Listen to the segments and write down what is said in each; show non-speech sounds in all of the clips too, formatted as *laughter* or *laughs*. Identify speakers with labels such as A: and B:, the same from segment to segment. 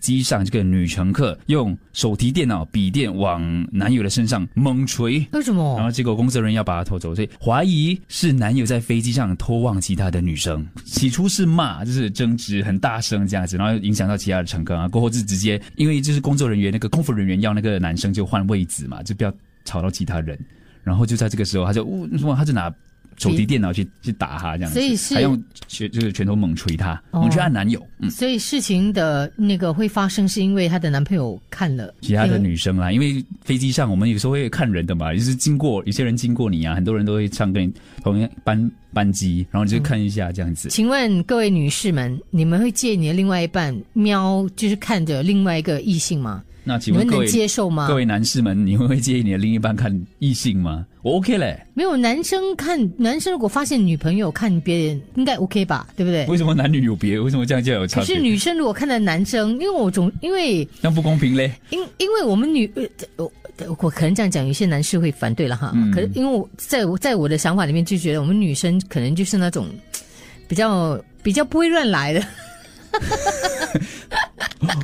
A: 机上这个女乘客用手提电脑、笔电往男友的身上猛捶，
B: 为什
A: 然
B: 么？
A: 后结嗯果工作人员要把她拖走，所以怀疑是男友在飞机上偷望其他的女生。起初是骂，就是争执很大声这样子，然后影响到其他的乘客啊。过后就直接因为就是工作人员那个空服人员要那个男生就换位置嘛，就不要吵到其他人。然后就在这个时候，他就呜，什么他就拿手提电脑去去打他这样子，
B: 所以是
A: 还用拳就是拳头猛捶他，
B: 哦
A: 猛捶她男友。嗯，
B: 所以事情的那个会发生，是因为她的男朋友看了
A: 其他的
B: 因为
A: 女生啦，因为飞机上我们有时候会看人的嘛，就是经过有些人经过你啊，很多人都会上跟你同一班班机，然后你就看一下这样子。
B: 请问各位女士们，你们会介意你的另外一半瞄，就是看着另外一个异性吗？
A: 那
B: 你
A: 请
B: 们
A: 问各
B: 能
A: 位
B: 接受吗
A: 各？位男士们，你们会介意你的另一半看异性吗？我 OK 嘞，
B: 没有，男生看男生如果发现女朋友看别人，应该 OK 吧，对不对？
A: 为什么男女有别？为什么这样就有差
B: 可是
A: 别？
B: 女生如果看到男生，因为我总因为
A: 这样不公平嘞。
B: 因因为我们女呃我我可能这样讲，有些男士会反对了哈。可是因为我在我在我的想法里面就觉得，我们女生可能就是那种比较比较不会乱来的，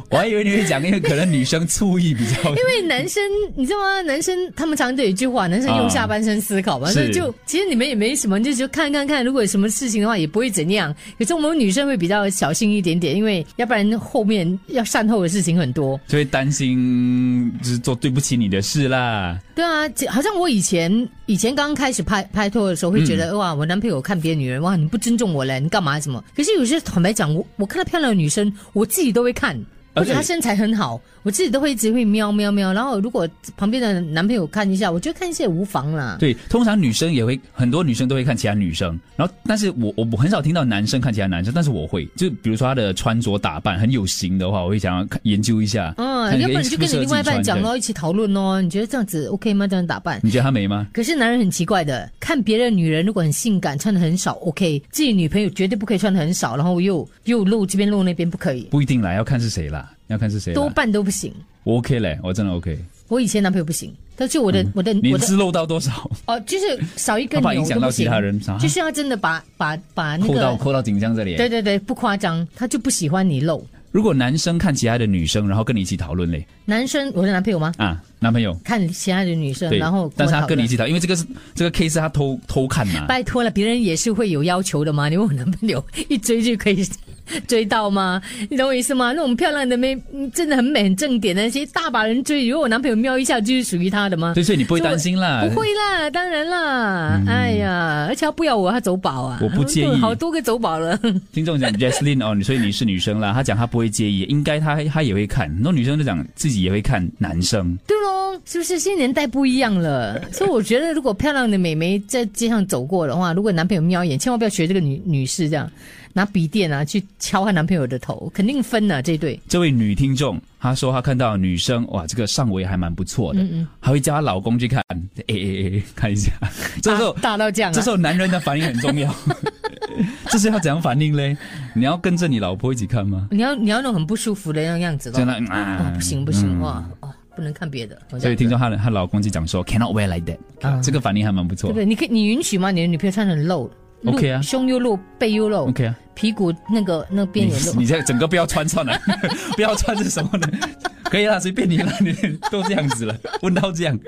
A: 我还以为你会讲，因为可能女生醋意比较
B: *laughs* 因为男生你知道吗？男生他们常都有一句话，男生用
A: 啊
B: 下半身思考嘛，
A: 是
B: 所以就其实你们也没什么，就就看看看，如果有什么事情的话也不会怎样。可是我们女生会比较小心一点点，因为要不然后面要善后的事情很多。
A: 就会担心，就是做对不起你的事啦。
B: 对啊，这好像我以前以前刚开始拍拍拖的时候，会觉得、
A: 嗯
B: 哇，我男朋友看别的女人，哇，你不尊重我嘞，你干嘛什么？可是有些坦白讲，我我看到漂亮的女生，我自己都会看。
A: 而
B: 或
A: 且
B: 者她身材很好，我自己都会一直会瞄瞄瞄。然后如果旁边的男朋友看一下，我觉得看一下也无妨啦。
A: 对，通常女生也会，很多女生都会看其他女生，然后，但是我我我很少听到男生看其他男生，但是我会，就比如说他的穿着打扮很有型的话，我会想要看研究一下，
B: 嗯，
A: 看
B: 要不然你
A: 是
B: 就跟
A: 适合
B: 你另外一
A: 自己穿
B: 半讲
A: 的嗯
B: 咯，一起讨论咯。你觉得这样子 OK 吗？这样打扮？
A: 你觉得他美吗？
B: 可是男人很奇怪的，看别的女人如果很性感，穿的很少，OK，自己女朋友绝对不可以穿的很少，然后又又露这边露那边，不可以，
A: 不一定啦，要看是谁啦，要看是谁啦。
B: 多半都不行。
A: 我 OK 嘞，我真的 OK。
B: 我以前男朋友不行，但是我的、我的
A: 嗯你
B: 我的
A: 自漏到多少？
B: 哦，就是少一根
A: 他怕
B: 牛
A: 影响
B: 都不
A: 到其
B: 行
A: 他人啊
B: 就是要真的把把把
A: *laughs*
B: 那
A: 扣到
B: 个。
A: 扣到颈项这里。
B: 对对对，不夸张，他就不喜欢你露。
A: 如果男生看其他的女生，然后跟你一起讨论嘞
B: 男生，我的男朋友吗？
A: 啊，男朋友。
B: 看其他的女生，
A: 对，
B: 然后
A: 但是他
B: 我讨
A: 跟
B: 论
A: 你一起讨，因为这个是这个 case 是他偷偷看嘛，
B: 拜托了，别人也是会有要求的嘛。你问我男朋友 *laughs* 一追就可以 *laughs* 追到吗？你懂我意思吗？那种漂亮的妹，嗯真的很美、很正点的那些大把人追，如果我男朋友瞄一下，就是属于他的吗？
A: 对，所以你不会担心啦，
B: 不会啦，当然啦。哎呀，而且他不要我，他走宝啊！
A: 嗯我不介意
B: 对好多个走宝了。 *laughs*
A: 听众讲 Jesslyn 哦，所以你是女生啦，她讲她不会介意，应该她她也会看。很多女生就讲自己也会看男生，
B: 对喽，是不是现在年代不一样了？所以我觉得，如果漂亮的美眉在街上走过的话，如果男朋友瞄一眼，千万不要学这个女女士这样拿笔电啊去敲她男朋友的头，肯定分呐、这对。
A: 这位女听众她说她看到女生哇，这个上围还蛮不错
B: 嗯
A: 的，还会叫她老公去看，哎哎哎，看一下。这时候
B: 大大到这样、啊，
A: 这时候男人的反应很重
B: *laughs*
A: 要，这是要怎样反应嘞？你要跟着你老婆一起看吗？
B: 你要你要那种很不舒服的样样子咯
A: 真的、嗯
B: 哇
A: 啊，
B: 哦
A: 嗯
B: 不行不行、哇哦，不能看别的。
A: 所以听
B: 着，
A: 说她的她老公就讲说 cannot wear like that，、
B: 啊
A: 这个反应还蛮不
B: 对
A: 错
B: 不。对？你可以你允许吗？你的女朋友穿得很露。露
A: OK 啊
B: 胸又露，背又露
A: OK 啊，
B: 屁股那个那边
A: 你 *laughs*
B: 也露。
A: 你这整个不要穿上来， *laughs* 不要穿 *laughs* 是什么呢？可以啦，随便你啦，你都这样子了，问到这样。